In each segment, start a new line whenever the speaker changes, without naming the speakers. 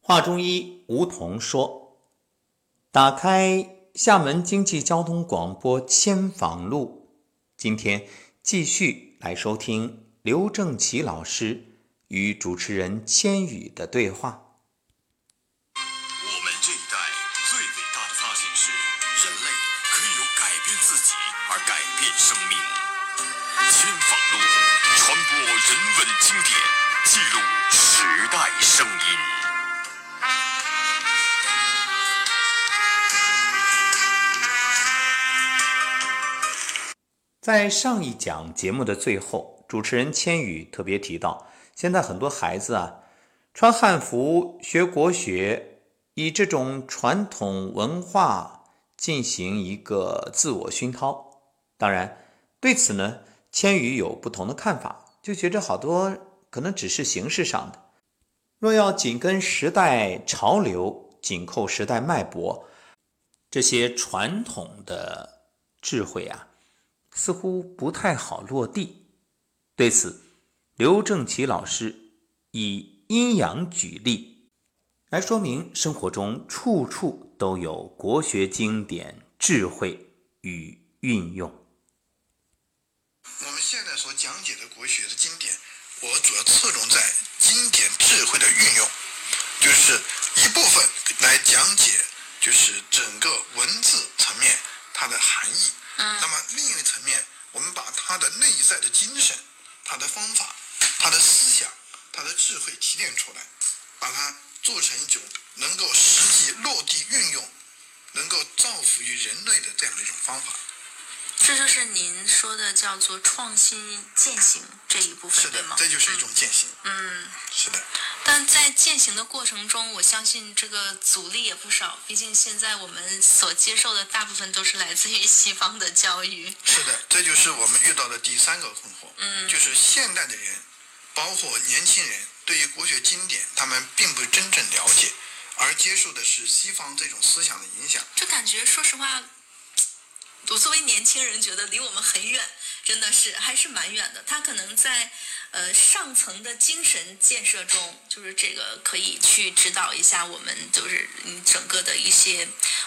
华中医吴桐说：“打开厦门经济交通广播千访录，今天继续来收听刘正奇老师与主持人千羽的对话。
我们这一代最伟大的发现是，人类可以由改变自己而改变生命。千访路传播人文经典，记录时代声音。
在上一讲节目的最后，主持人千羽特别提到，现在很多孩子啊，穿汉服学国学，以这种传统文化进行一个自我熏陶。当然，对此呢，千羽有不同的看法，就觉着好多可能只是形式上的。若要紧跟时代潮流，紧扣时代脉搏，这些传统的智慧啊，似乎不太好落地。对此，刘正奇老师以阴阳举例来说明生活中处处都有国学经典智慧与运用。
我们现在所讲解的国学的经典，我主要侧重在经典智慧的运用，就是一部分来讲解，就是整个文字层面它的含义。
啊
那么另一个层面，我们把它的内在的精神、它的方法、它的思想、它的智慧提炼出来，把它做成一种能够实际落地运用、能够造福于人类的这样的一种方法。
这就是您说的叫做创新践行这一部
是
分，对
的
吗，？
这就是一种践行。
嗯，
是的。
但在践行的过程中，我相信这个阻力也不少。毕竟现在我们所接受的大部分都是来自于西方的教育。
是的，这就是我们遇到的第三个困惑，嗯，就是现代的人，包括年轻人，对于国学经典，他们并不真正了解，而接受的是西方这种思想的影响。
就感觉，说实话，我作为年轻人，觉得离我们很远，真的是还是蛮远的。他可能在呃上层的精神建设中，就是这个可以去指导一下我们，就是你整个的一些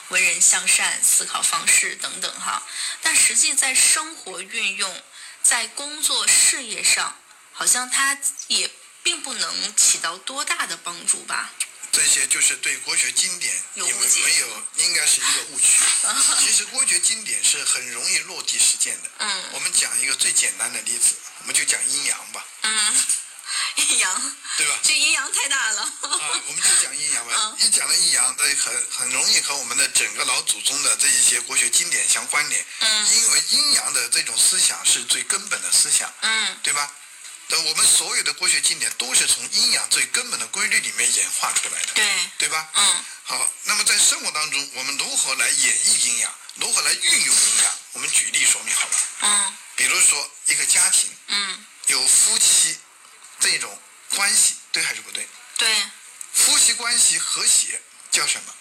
为人向善、思考方式等等哈。但实际在生活运用，在工作事业上，好像它也并不能起到多大的帮助吧。
这些就是对国学经典
有
你们
误解
没有，应该是一个误 区。其实国学经典是很容易落地实践的。
嗯
我们讲一个最简单的例子，我们就讲阴阳吧，
嗯，阴阳，
对吧？
这阴阳太大了。
啊，我们就讲阴阳吧。
啊
一 讲到阴阳，这很很容易和我们的整个老祖宗的这一些国学经典相关联。
嗯
因为阴阳的这种思想是最根本的思想，
嗯
对吧？那我们所有的国学经典都是从阴阳最根本的规律里面演化出来的，，
对，
对吧？
嗯
好，那么在生活当中，我们如何来演绎阴阳，如何来运用阴阳？我们举例说明好吧？
嗯
比如说一个家庭
嗯，
有夫妻这种关系，对还是不对？
对，
夫妻关系和谐叫什么？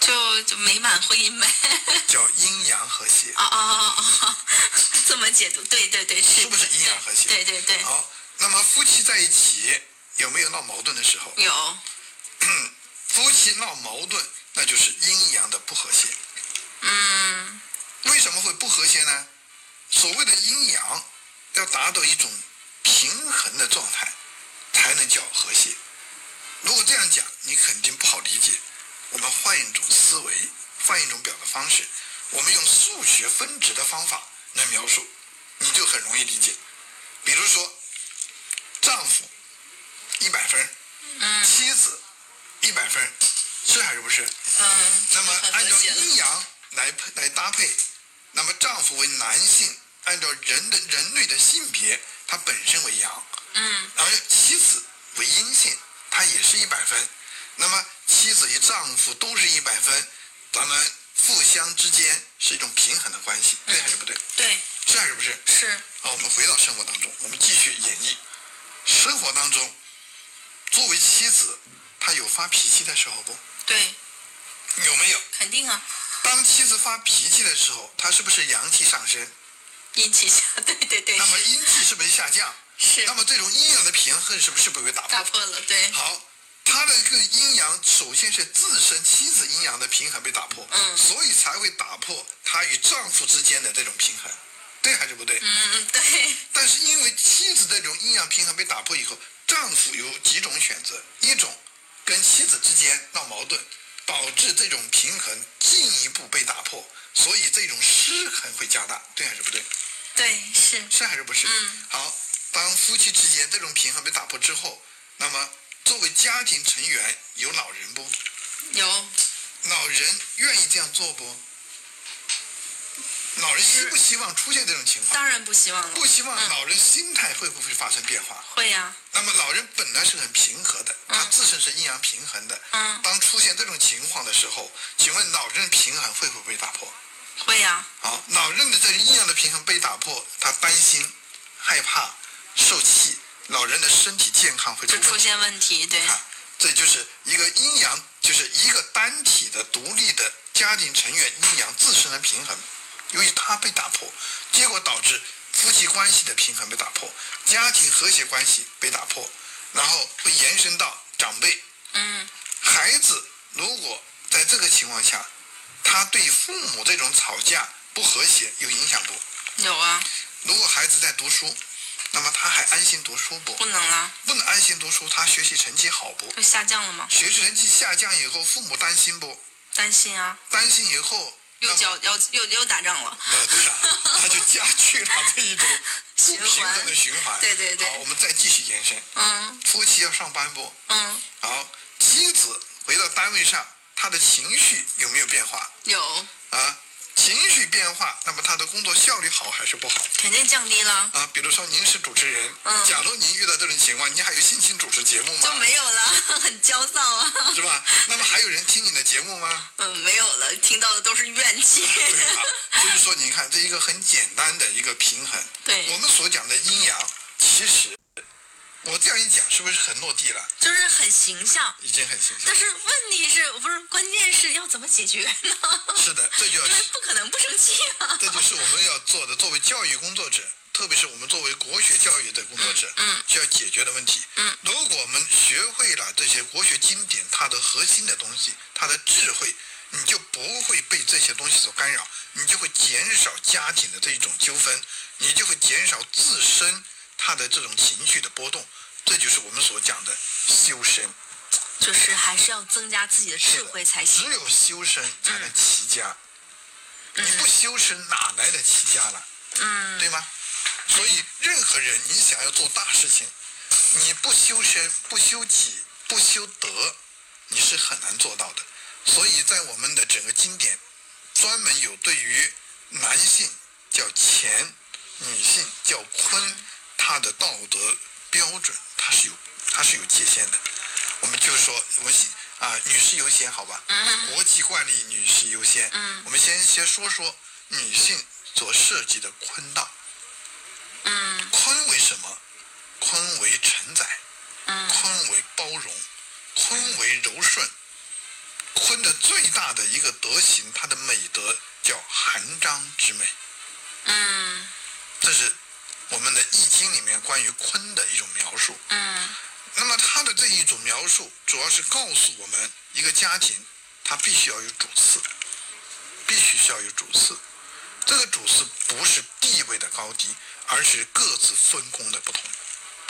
就就美满婚姻呗。
叫阴阳和谐。
哦哦哦哦哦， 这么解读，对对对，是
是不是阴阳和谐哦
对对对，
好，那么夫妻在一起有没有闹矛盾的时候？
有，
夫妻闹矛盾，那就是阴阳的不和谐。
嗯
为什么会不和谐呢？所谓的阴阳，要达到一种平衡的状态，才能叫和谐。如果这样讲，你肯定不好理解。我们换一种思维，换一种表达方式，我们用数学分值的方法来描述，你就很容易理解。比如说，丈夫一百分，妻子一百分，是还是不是？
嗯，
那么
很
按
和
照
谐了
阴阳来配来搭配，那么丈夫为男性，按照人的人类的性别，它本身为阳，
嗯
而妻子为阴性，它也是一百分。那么妻子与丈夫都是一百分，咱们互相之间是一种平衡的关系，对还是不对？
对
是还是不是？啊
是，
好，我们回到生活当中，我们继续演绎。生活当中，作为妻子，她有发脾气的时候不？
对，
有没有？
肯定啊，
当妻子发脾气的时候，她是不是阳气上升？
阴气下， 对对对
那，么阴气是不是下降？
是
那么这种阴阳的平衡是不是被打破？
打破了，对，
好，她的一个首先是自身妻子阴阳的平衡被打破，
嗯
所以才会打破她与丈夫之间的这种平衡，对还是不对？
嗯，对，
但是因为妻子这种阴阳平衡被打破以后，丈夫有几种选择：一种跟妻子之间闹矛盾，导致这种平衡进一步被打破，所以这种失衡会加大，对还是不对？
对，是，
是还是不是？
嗯
好，当夫妻之间这种平衡被打破之后，那么作为家庭成员有老人不？
有，
老人愿意这样做不？老人希不希望出现这种情况？
当然不希望了，
不希望
嗯
老人心态会不会发生变化？
会呀、
那么老人本来是很平和的，
嗯
他自身是阴阳平衡的。
嗯，
当出现这种情况的时候，请问老人的平衡会不会被打破？
会呀、
好，老人的这个阴阳的平衡被打破，他担心、害怕、受气，老人的身体健康会出
就出
问题。
现问题，对，
啊这就是一个阴阳，就是一个单体的独立的家庭成员阴阳自身的平衡，由于它被打破，结果导致夫妻关系的平衡被打破，家庭和谐关系被打破，然后会延伸到长辈、
嗯，
孩子。如果在这个情况下，他对父母这种吵架不和谐有影响不？
有啊，
如果孩子在读书，那么他还安心读书不？
不能了，
不能安心读书，他学习成绩好不？
就下降了吗？
学习成绩下降以后，父母担心不？
担心啊，
担心以后，
又
那
交
么
又又又打仗了，
呃，对了， 他就加剧了这一种不平衡的循环。
对对对
好，我们再继续延伸，
嗯
夫妻要上班不？
嗯，
好，妻子回到单位上，她的情绪有没有变化
有，
啊？情绪变化，那么她的工作效率好还是不好
肯定降低了，
啊？比如说您是主持人，
嗯
假如您遇到这种情况，您还有心情主持节目
就
吗？
没有了， 很焦躁啊，
是吧？那么还有人听你的节目吗？
嗯，没有了，听到的都是怨气，
对啊， 就是说，你看，这一个很简单的一个平衡。我
对，
们所讲的阴阳，其实我这样一讲，是不是很落地了？
就是很形象。
已经很形象
但。是问题是不是关键是要怎么解决呢？
是的，这就
因为不可能不生气啊。
这就是我们要做的。作为教育工作者，特别是我们作为国学教育的工作者，
嗯，
需要解决的问题。
嗯，
如果我们学会了这些国学经典它的核心的东西，它的智慧，你就不会被这些东西所干扰，你就会减少家庭的这一种纠纷，你就会减少自身他的这种情绪的波动。这就是我们所讲的修身。
就是还是要增加自己的智慧才
只
行。
有修身才
嗯
能齐家，你不修身哪来的齐家了？嗯，对吗？所以任何人你想要做大事情，你不修身、不修己、不修德，你是很难做到的。所以在我们的整个经典，专门有对于男性叫乾，女性叫坤，他的道德标准它是有它是有界限的。我们就是说，我们啊、女士优先，好吧？
嗯
国际惯例，女士优先。
嗯
我们先先说说女性所涉及的坤道。
嗯
坤为什么？坤为承载，
嗯
坤为包容，坤为柔顺。坤的最大的一个德行，它的美德叫含章之美，
嗯
这是我们的《易经》里面关于坤的一种描述。
嗯
那么他的这一种描述，主要是告诉我们，一个家庭，它必须要有主次，必须是要有主次。这个主次不是地位的高低，而是各自分工的不同。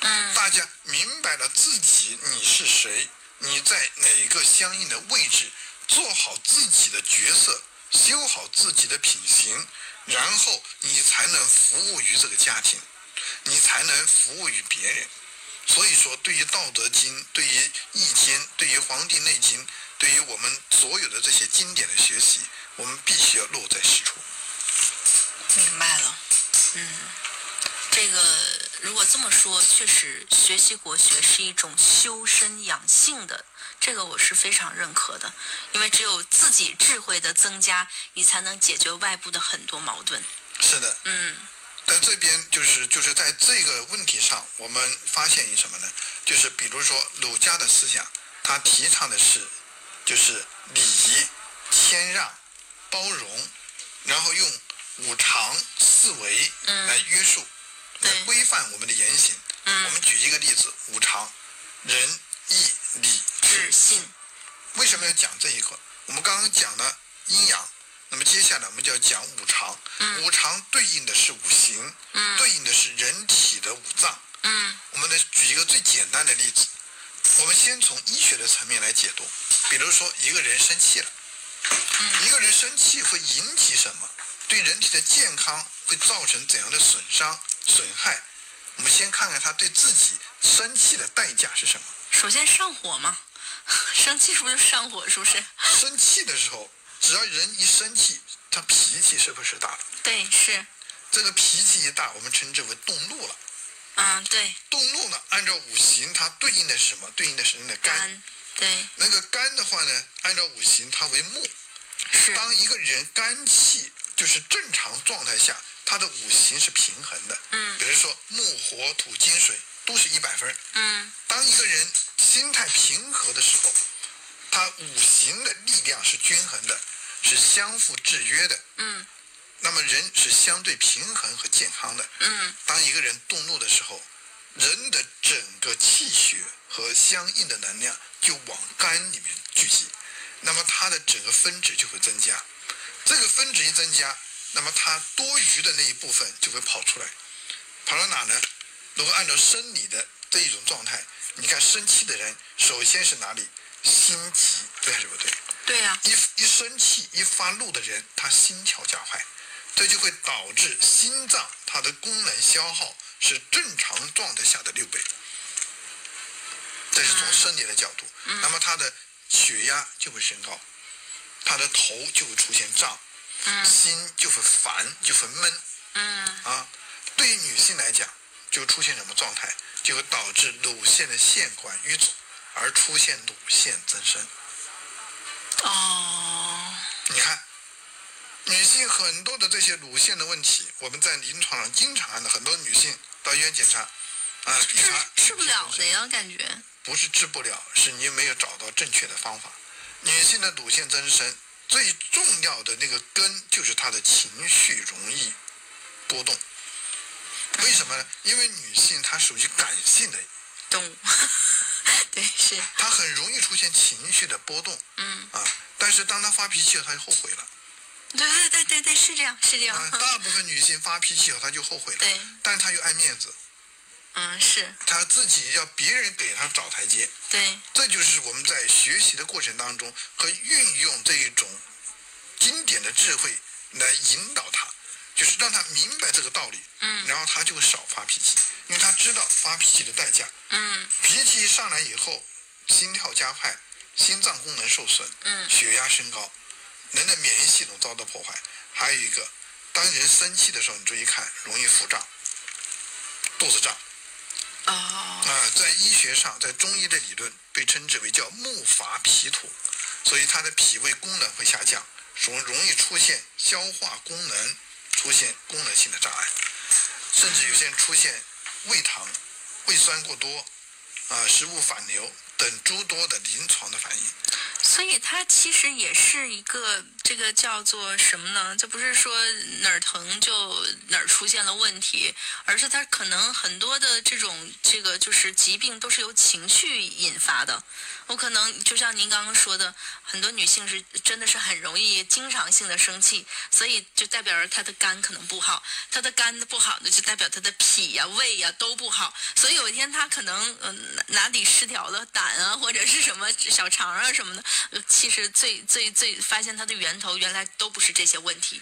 嗯
大家明白了自己你是谁，你在哪个相应的位置，做好自己的角色，修好自己的品行，然后你才能服务于这个家庭，你才能服务于别人。所以说，对于《道德经》、对于《易经》、对于《黄帝内经》、对于我们所有的这些经典的学习，我们必须要落在实处。
明白了。嗯，这个如果这么说，确实学习国学是一种修身养性的。这个我是非常认可的，因为只有自己智慧的增加，你才能解决外部的很多矛盾。
是的，
嗯
在这边就是就是在这个问题上，我们发现一什么呢？就是比如说儒家的思想，他提倡的是就是礼仪、谦让、包容，然后用五常四维
嗯
来约束、
对
来规范我们的言行。我
嗯，
们举一个例子，五常：仁、义、礼、
智信，
为什么要讲这一个？我们刚刚讲了阴阳，那么接下来我们就要讲五常。
嗯
五常对应的是五行，
嗯
对应的是人体的五脏。
嗯
我们来举一个最简单的例子，我们先从医学的层面来解读。比如说，一个人生气了，
嗯
一个人生气会引起什么？对人体的健康会造成怎样的损伤、损害？我们先看看他对自己生气的代价是什么。
首先上火嘛， 生气是不是上火？是不是？
生气的时候，只要人一生气，他脾气是不是大了？
对，是，
这个脾气一大，我们称之为动怒了。
嗯，对，
动怒呢，按照五行，它对应的是什么？对应的是人的肝。
肝，对，
那个肝的话呢，按照五行，它为木。
是，
当一个人肝气就是正常状态下，他的五行是平衡的。
嗯
比如说木、火、土、金、水都是一百分。
嗯
当一个人心态平和的时候，他五行的力量是均衡的，是相互制约的。
嗯
那么人是相对平衡和健康的。
嗯，
当一个人动怒的时候，人的整个气血和相应的能量就往肝里面聚集，那么它的整个分值就会增加。这个分值一增加，那么它多余的那一部分就会跑出来，跑到哪呢？如果按照生理的这一种状态，你看生气的人，首先是哪里？心急，对还是不对？
对啊呀、
一一生气一发怒的人，他心跳加快，这就会导致心脏它的功能消耗是正常状态下的六倍。这是从生理的角度，
嗯
那么他的血压就会升高，他的头就会出现胀，
嗯
心就会烦，就会闷
嗯
啊。对于女性来讲，就出现什么状态？就会导致乳腺的腺管淤阻，而出现乳腺增生。
哦，
你看，女性很多的这些乳腺的问题，我们在临床上经常看到很多女性到医院检查，啊，一
治
查
治不了的，呀，感觉，
不是治不了，是你没有找到正确的方法。女性的乳腺增生最重要的那个根就是她的情绪容易波动，为什么呢？因为女性她属于感性的，
动物， 对，是，
她很容易出现情绪的波动
嗯，
啊，但是当她发脾气了，她就后悔了。
对对对对对，是这样，是这样，
嗯，大部分女性发脾气后，她就后悔了。
对，
但她又爱面子，
嗯，是
她自己要别人给她找台阶，
对，
这就是我们在学习的过程当中和运用这一种经典的智慧来引导她，就是让她明白这个道理，
嗯
然后她就会少发脾气，因为她知道发脾气的代价。
嗯
脾气一上来以后，心跳加快，心脏功能受损，
嗯
血压升高，人的免疫系统遭到破坏。还有一个，当人生气的时候，你注意看，容易腹胀、肚子胀
哦，
啊、在医学上，在中医的理论被称之为叫木乏脾土，所以它的脾胃功能会下降，容容易出现消化功能出现功能性的障碍，甚至有些人出现胃疼、胃酸过多啊、食物反流等诸多的临床的反应。
所以它其实也是一个这个叫做什么呢？这不是说哪儿疼就哪儿出现了问题，而是它可能很多的这种这个就是疾病都是由情绪引发的。我可能就像您刚刚说的，很多女性是真的是很容易经常性的生气，所以就代表着她的肝可能不好，她的肝不好呢，就代表她的脾呀、胃呀、都不好。所以有一天她可能嗯、呃哪哪里失调了，胆啊或者是什么小肠啊什么的，呃其实最最最发现它的源头原来都不是这些问题。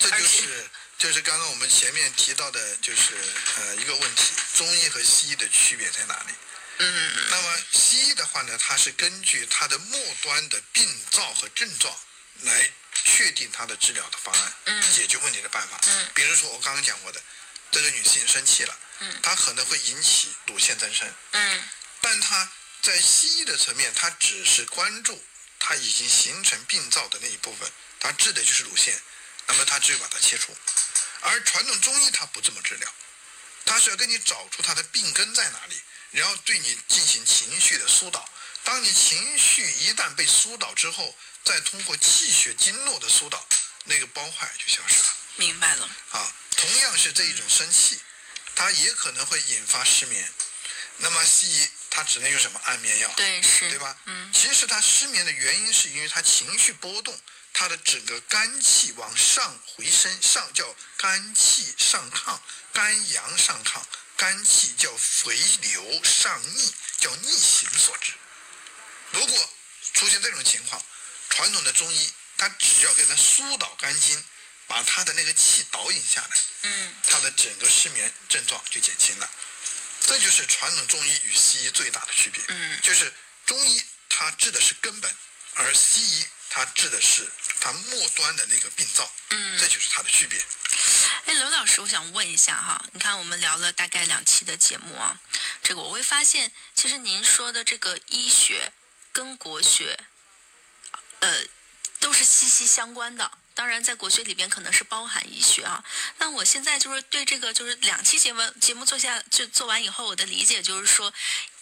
这就
而
是就是刚刚我们前面提到的，就是呃一个问题，中医和西医的区别在哪里？嗯，那么西医的话呢，它是根据它的末端的病灶和症状来确定它的治疗的方案，
嗯
解决问题的办法。
嗯，
比如说我刚刚讲过的，这个女性生气了，
嗯，
她可能会引起乳腺增生，
嗯
但它在西医的层面，它只是关注它已经形成病灶的那一部分，它治的就是乳腺，那么它只有把它切除。而传统中医它不这么治疗，它是要给你找出它的病根在哪里，然后对你进行情绪的疏导。当你情绪一旦被疏导之后，再通过气血经络的疏导，那个包块就消失了。
明白了。
啊，同样是这一种生气，它也可能会引发失眠。那么西医他只能用什么安眠药，
对是，
对吧？
嗯，
其实他失眠的原因是因为他情绪波动，他的整个肝气往上回升，上叫肝气上亢，肝阳上亢，肝气叫回流上逆，叫逆行所致。如果出现这种情况，传统的中医他只要给他疏导肝经，把他的那个气导引下来，
嗯，
他的整个失眠症状就减轻了。这就是传统中医与西医最大的区别。
嗯，
就是中医它治的是根本，而西医它治的是它末端的那个病灶。嗯，这就是它的区别。
哎，刘老师，我想问一下哈，你看我们聊了大概两期的节目啊，这个我会发现，其实您说的这个医学跟国学，呃，都是息息相关的。当然，在国学里边可能是包含医学啊。那我现在就是对这个，就是两期节目节目做下就做完以后，我的理解就是说，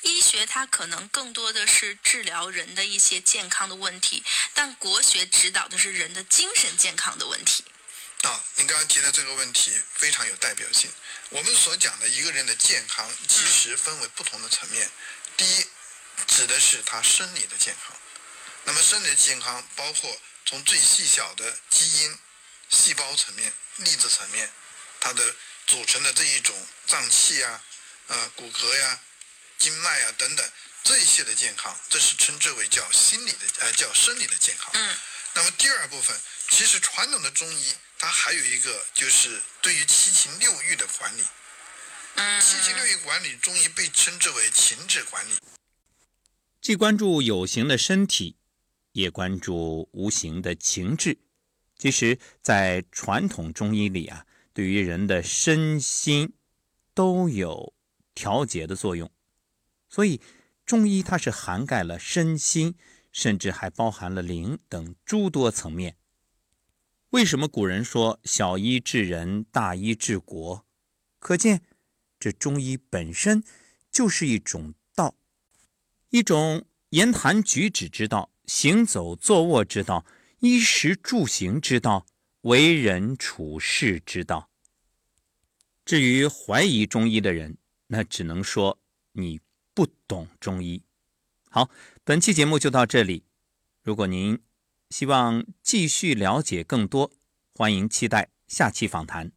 医学它可能更多的是治疗人的一些健康的问题，但国学指导的是人的精神健康的问题。
啊，您刚刚提的这个问题非常有代表性。我们所讲的一个人的健康，其实分为不同的层面。第一，指的是他生理的健康。那么生理的健康包括从最细小的基因、细胞层面、粒子层面，它的组成的这一种脏器啊、呃骨骼呀、经脉啊等等这些的健康，这是称之为叫心理的呃叫生理的健康。
嗯。
那么第二部分，其实传统的中医它还有一个就是对于七情六欲的管理。
嗯，
七情六欲管理，中医被称之为情志管理。
既关注有形的身体，也关注无形的情志。其实，在传统中医里啊，对于人的身心都有调节的作用，所以中医它是涵盖了身心，甚至还包含了灵等诸多层面。为什么古人说“小医治人，大医治国”？可见，这中医本身就是一种道。一种言谈举止之道、行走坐卧之道、衣食住行之道、为人处世之道。至于怀疑中医的人，那只能说你不懂中医。好，本期节目就到这里。如果您希望继续了解更多，欢迎期待下期访谈。